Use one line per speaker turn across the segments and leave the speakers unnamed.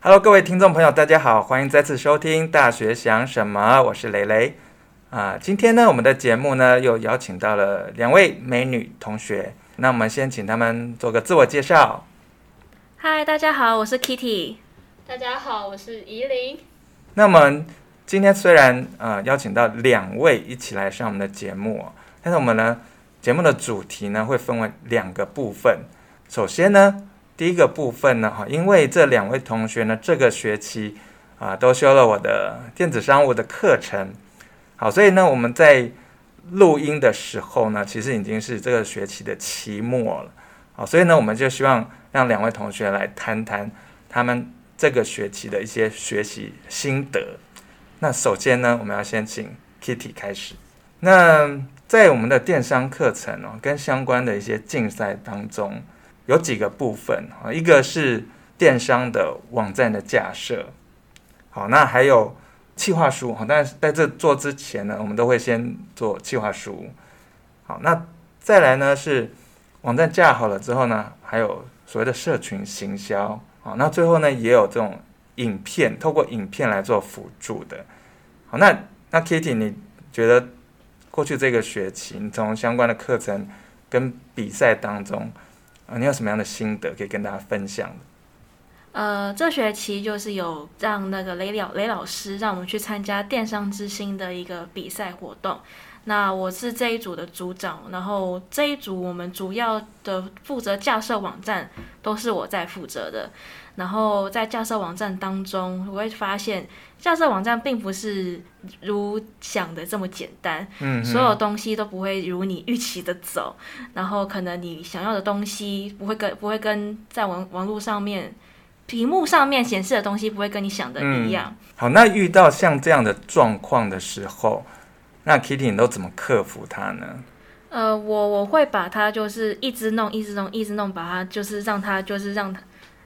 Hello，各位听众朋友，大家好，欢迎再次收听《大学想什么》，我是蕾蕾。啊、今天呢，我们的节目呢又邀请到了两位美女同学，那我们先请她们做个自我介绍。
嗨，大家好，我是 Kitty。
大家好，我是怡琳。
那么今天虽然呃邀请到两位一起来上我们的节目哦、但是我们呢节目的主题呢会分为两个部分。首先呢，第一个部分呢，哈，因为这两位同学呢这个学期啊、都修了我的电子商务的课程，好，所以呢我们在录音的时候呢，其实已经是这个学期的期末了，好，所以呢我们就希望让两位同学来谈谈他们这个学期的一些学习心得。那首先呢，我们要先请 Kitty 开始。那在我们的电商课程哦，跟相关的一些竞赛当中，有几个部分啊，一个是电商的网站的架设，好，那还有企划书好，但是在这做之前呢，我们都会先做企划书。好，那再来呢是网站架好了之后呢，还有所谓的社群行销，好，那最后呢也有这种影片，透过影片来做辅助的。好，那那 Kitty，你觉得过去这个学期，你从相关的课程跟比赛当中，啊，你有什么样的心得可以跟大家分享的？
呃，这学期就是有让那个雷老雷老师让我们去参加电商之星的一个比赛活动。那我是这一组的组长，然后这一组我们主要的负责架设网站都是我在负责的。然后在架设网站当中，我会发现架设网站并不是如想的这么简单，
嗯
所有东西都不会如你预期的走，然后可能你想要的东西不会跟不会跟在网网络上面屏幕上面显示的东西不会跟你想的一样。
好，那遇到像这样的状况的时候，那 Kitty 你都怎么克服它呢？
呃，我我会把它就是一直弄，一直弄，一直弄，把它就是让它就是让它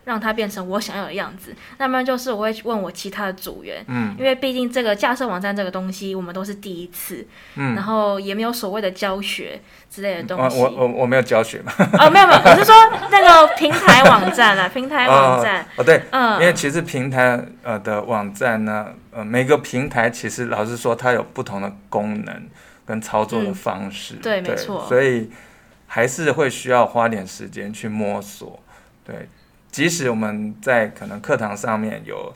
让它变成我想要的样子。那么就是我会问我其他的组员，
嗯
因为毕竟这个架设网站这个东西我们都是第一次，然
嗯，
后也没有所谓的教学之类的
我
东西。
我我我没有教学嘛，
哦，没有没有，我是说那个平台网 站啊，平台网站，
哦哦对，因为
嗯，
其实平台呃的网站呢，呃每个平台其实老实说它有不同的功能跟操作的
嗯
方式，
对没错
所以还是会需要花点时间去摸索，对，即使我们在可能课堂上面有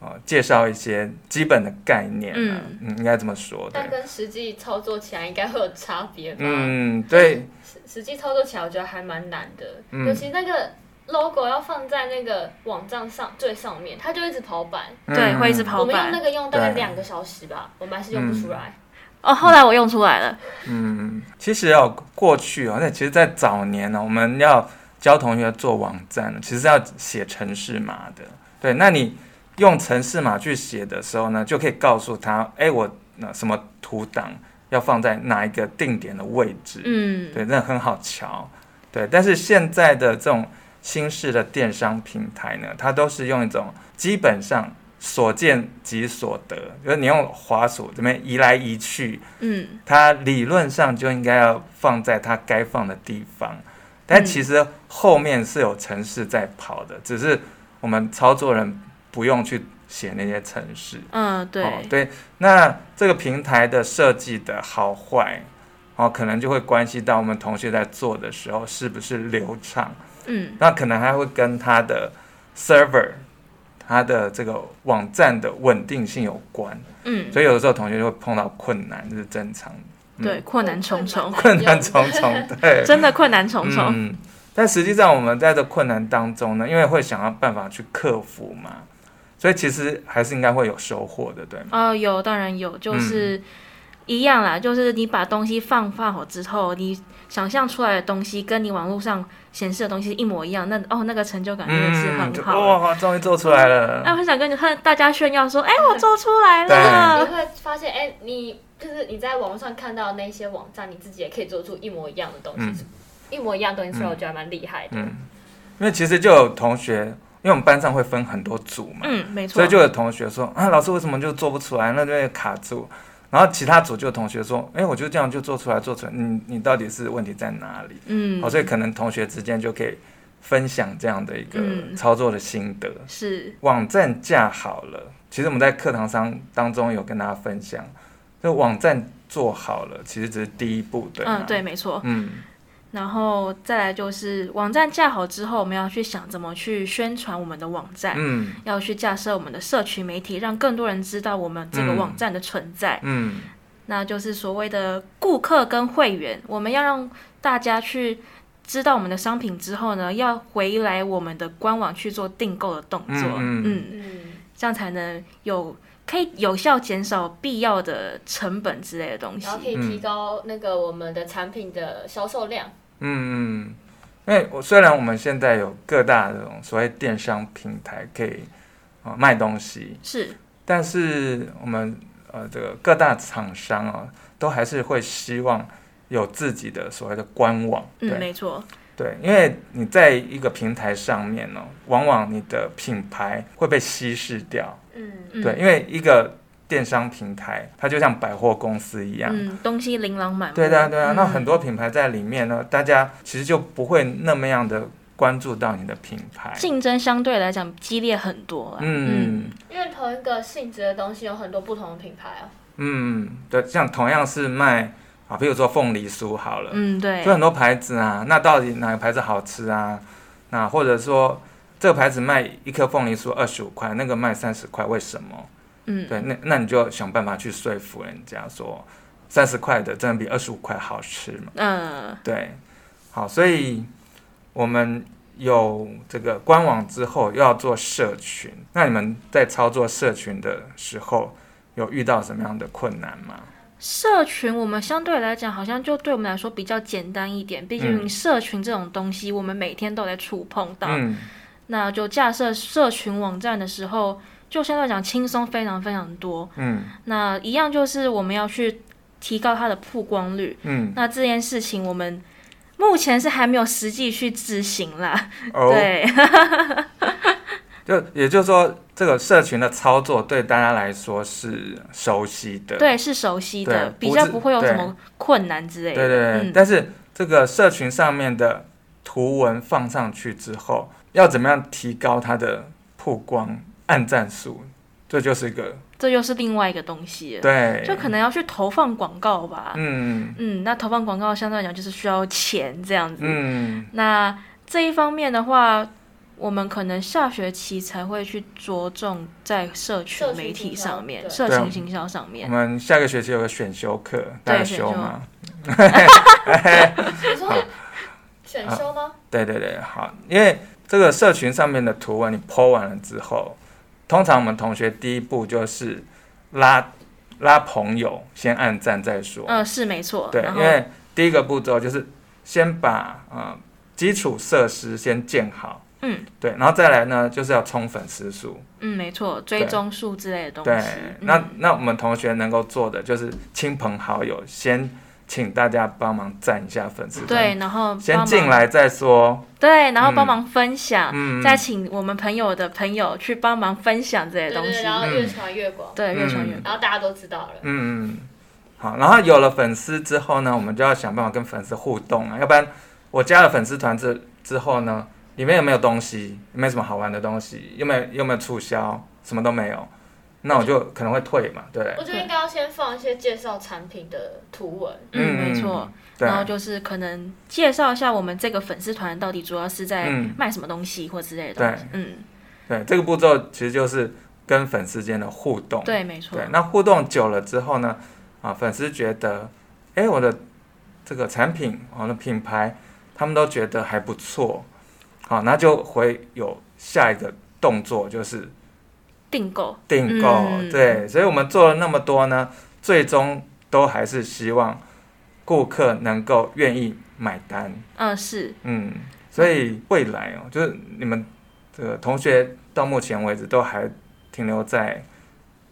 呃介绍一些基本的概念、啊，
嗯
嗯，应该这么说，对
但，跟实际操作起来应该会有差别吧？
嗯，对，
实实际操作起来我觉得还蛮难的，
嗯
尤其那个 logo 要放在那个网站上最上面，它就一直跑版。
对，
嗯
会一直跑
我们用
版
那。个用大概
对
两个小时吧，我们还是用不出来。
哦，后来我用出来了，
嗯，其实哦，过去哦，那其实，在早年呢、我们要教同学做网站，其实要写程式码的。对，那你用程式码去写的时候呢，就可以告诉他，哎，我那什么图档要放在哪一个定点的位置。
嗯，
对，那很好瞧。对，但是现在的这种新式的电商平台呢，它都是用一种基本上所见即所得，就是你用滑鼠这边移来移去，
嗯，
它理论上就应该要放在它该放的地方，但其实后面是有城市在跑的，只是我们操作人不用去写那些城市。
嗯，对，
哦，对，那这个平台的设计的好坏，哦，可能就会关系到我们同学在做的时候是不是流畅，
嗯，
那可能还会跟它的 server。它的这个网站的稳定性有关，
嗯，
所以有的时候同学就会碰到困难，这是正常的。嗯
对，困难重重，
困难重重，对，
真的困难重重，
嗯，但实际上我们在这困难当中呢，因为会想要办法去克服嘛，所以其实还是应该会有收获的，对吗？
哦，有，当然有，就是。
嗯
一样啦，就是你把东西放放好之后，你想象出来的东西跟你网络上显示的东西一模一样，那哦，那个成就感真的是
嗯就
很好嗯的。
哇，终于做出来了。
那我很想跟你看大家炫耀说，哎、我做出来
你
嗯
了。
会发现，哎、你就是你在网络上看到的那些网站，你自己也可以做出一模一样的东西，一模一样的东西出来，我觉得还蛮厉害的。
嗯，因为其实就有同学，因为我们班上会分很多组嘛，
嗯，没错。
所以就有同学说啊，老师为什么就做不出来？那就会卡住。然后其他组就有同学说，哎，我就这样就做出来，做出来，你你到底是问题在哪里？
嗯
好，，所以可能同学之间就可以分享这样的一个
嗯
操作的心得。
是
网站架好了，其实我们在课堂上当中有跟大家分享，就网站做好了，其实只是第一步，对吗？
嗯，对，，没错。
嗯，
然后再来就是网站架好之后，我们要去想怎么去宣传我们的网站，
嗯，
要去架设我们的社群媒体，让更多人知道我们这个
嗯
网站的存在。
嗯，
那就是所谓的顾客跟会员，我们要让大家去知道我们的商品之后呢，要回来我们的官网去做订购的动作，
嗯嗯
嗯，
这样才能有可以有效减少必要的成本之类的东西
然后。可以提高那个我们的产品的销售量。
嗯，嗯，因为我虽然我们现在有各大这种所谓电商平台可以呃卖东西，
是，
但是我们呃这个各大厂商啊、都还是会希望有自己的所谓的官网，
嗯，
对、
没错，
对，因为你在一个平台上面哦，往往你的品牌会被稀释掉，
嗯
嗯、
对，因为一个电商平台它就像百货公司一样，
嗯，东西琳琅满目。
对的啊，对啊。那
嗯
很多品牌在里面呢，大家其实就不会那么样的关注到你的品牌。
竞争相对来讲激烈很多啊啦。
嗯
因为同一个性质的东西有很多不同的品牌 啊。
嗯，对，像同样是卖啊，比如说凤梨酥好了，
嗯，对
就，很多牌子啊，那到底哪个牌子好吃啊？那或者说这个牌子卖一颗凤梨酥二十五块，那个卖三十块，为什么？
嗯，
对，那那你就想办法去说服人家说，三十块的真的比二十五块好吃嘛。
嗯，
对，好，所以我们有这个官网之后，又要做社群。那你们在操作社群的时候，有遇到什么样的困难吗？
社群我们相对来讲，好像就对我们来说比较简单一点。毕竟
嗯
社群这种东西，我们每天都在触碰到。
嗯
那就架设社群网站的时候，就相对来讲轻松非常非常多。
嗯
那一样就是我们要去提高它的曝光率。
嗯，
那这件事情我们目前是还没有实际去执行啦。
哦，
对，
就也就是说，这个社群的操作对大家来说是熟悉 的，
对，是熟悉的，
对
比较
不是
不会有什么困难之类
对
的。
对对。
嗯，
但是这个社群上面的图文放上去之后，要怎么样提高它的曝光、按赞数？这就是一个
这又是另外一个东西了，
对，
就可能要去投放广告吧。
嗯
嗯，那投放广告相对来讲就是需要钱这样子。
嗯
那这一方面的话，我们可能下学期才会去着重在社群媒体上面、
社
社
群行销对嗯
群行销上
我
面。
们下个学期有个选修课，大家修吗？
你说
好
选修
啊
吗？
对对对，好，因为这个社群上面的图文你 Po 完了之后，通常我们同学第一步就是拉拉朋友先按赞再说，
嗯、是没错。
对，
然
因
后
为第一个步骤就是先把呃基础设施先建好，
嗯，
对，然后再来呢就是要冲粉丝数，
嗯，没错，追踪数之类的东
对
西。，
那
嗯、
那我们同学能够做的就是亲朋好友先请大家帮忙赞一下粉丝团，
对，然后帮
先
忙
进，来再说，
对，然后
嗯
帮忙分享，
嗯，
再请我们朋友的朋友去帮忙分享这
对
些
对
东西
对，。然后
嗯
越传越广，
对，越传越
嗯
广。
然后大家都知道了。
嗯嗯，好，然后有了粉丝之后呢，我们就要想办法跟粉丝互动啊，要不然我加了粉丝团之之后呢，里面有没有东西，有没有什么好玩的东西，有没有有没有促销，什么都没有，那我就可能会退嘛，对不对？
我觉得应该要先放一些介绍产品的图文，
嗯，没错。，
对
然后就是可能介绍一下我们这个粉丝团到底主要是在
嗯
卖什么东西或之类的东西。嗯，
对，这个步骤其实就是跟粉丝间的互动，
对，没错
对，。那互动久了之后呢，啊，粉丝觉得，哎，我的这个产品，我的品牌，他们都觉得还不错，好，那就会有下一个动作，就是
订购，
订购。
嗯
对，所以我们做了那么多呢，最终都还是希望顾客能够愿意买单。
嗯，是，
嗯，所以未来哦，就是你们这个同学到目前为止都还停留在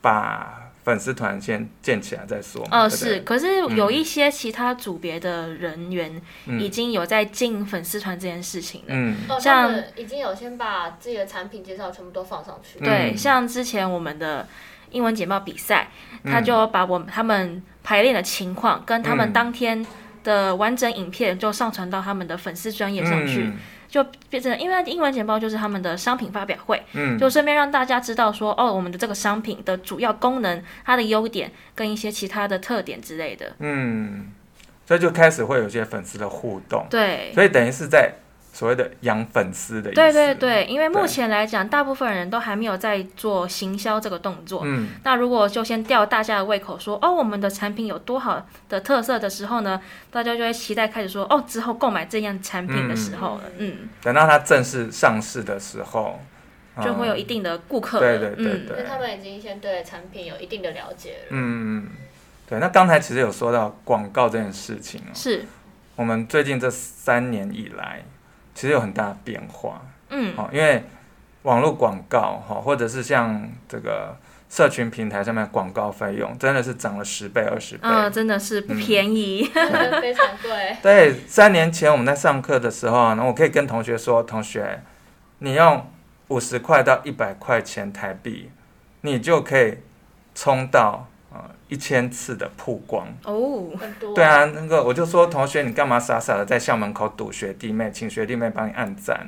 把粉丝团先建起来再说嘛。
嗯，
对不对
是。，可是有
嗯
一些其他组别的人员已
嗯
经有在经营粉丝团这件事情了。
嗯
哦，
像
他们已经有先把自己的产品介绍全部都放上去。
对，
嗯
像之前我们的英文简报比赛，他
嗯
就把我们他们排练的情况跟他
嗯
们当天的完整影片就上传到他们的粉丝专业上去。
嗯
就变成因为英文简报就是他们的商品发表会，
嗯，
就顺便让大家知道说，哦，我们的这个商品的主要功能、它的优点跟一些其他的特点之类的。
嗯，所以就开始会有一些粉丝的互动，
对，
所以等于是在所谓的养粉丝的意思。嗯
对对，对，因为目
对
前来讲，大部分人都还没有在做行销这个动作。
嗯
那如果就先吊大家的胃口说，哦，我们的产品有多好的特色的时候呢，大家就会期待开始说，哦，之后购买这样产品的时候了，嗯，
等到它正式上市的时候，嗯
就会有一定的顾客
对
了，
对对
嗯，
对
因为，他们已经先对产品有一定的了解了。
嗯，对。那刚才其实有说到广告这件事情哦，
是，
我们最近这三年以来，其实有很大的变化。
嗯，
哦，因为网络广告哈、哦，或者是像这个社群平台上面的广告费用，真的是涨了十倍、二十倍。
啊、真的是不便宜，
非常贵。
对，三年前我们在上课的时候啊，那我可以跟同学说，同学，你用五十块到一百块钱台币，你就可以冲到呃一千次的曝光。
哦，
很多。
对，啊，那个我就说同学，你干嘛傻傻的在校门口堵学弟妹，请学弟妹帮你按赞？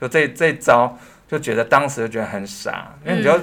就这这一招，就觉得当时就觉得很傻，因为你就、
嗯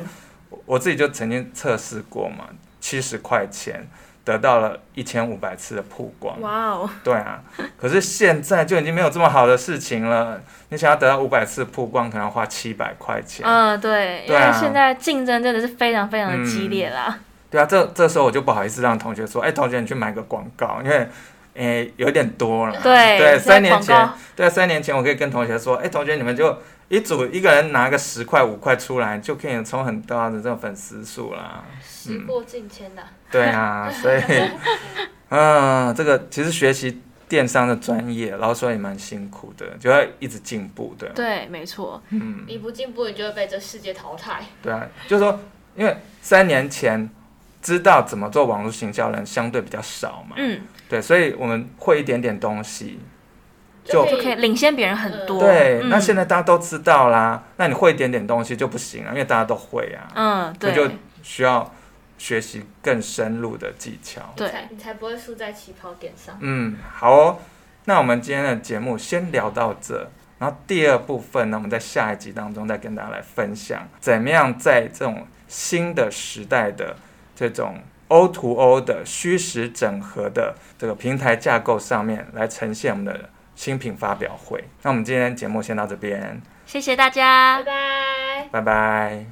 我自己就曾经测试过嘛，七十块钱得到了一千五百次的曝光，
哇哦，
对啊，可是现在就已经没有这么好的事情了。你想要得到五百次曝光，可能要花七百块钱。
嗯、对，因
对
为
啊
现在竞争真的是非常非常的激烈啦，
对啊，这这时候我就不好意思让同学说，哎、同学你去买个广告，因为，诶、有点多了。
对
嗯对，
现在
三年
广
前
告，
对啊，三年前我可以跟同学说，哎、同学你们就一组一个人拿个十块五块出来，就可以冲很大的这种粉丝数 啦。
时过境迁呐、
对啊，所以， 嗯，这个其实学习电商的专业，老师也蛮辛苦的，就要一直进步，对。
对，没错，
嗯，
你不进步，你就会被这世界淘汰。
对啊，就是说，因为三年前知道怎么做网络行销的人相对比较少嘛，
嗯，
对，所以我们会一点点东西，就
就可以领先别人很多，
对。
嗯、
那现在大家都知道啦，那你会一点点东西就不行了，因为大家都会啊，
嗯，
那就
对，
需要学习更深入的技巧。
对啊
才你才不会输在起跑点上。
嗯，好哦，那我们今天的节目先聊到这。然后第二部分呢，我们在下一集当中再跟大家来分享，怎么样在这种新的时代的这种 O to O 的虚实整合的这个平台架构上面来呈现我们的新品发表会。那我们今天节目先到这边，
谢谢大家，
拜拜。
拜拜。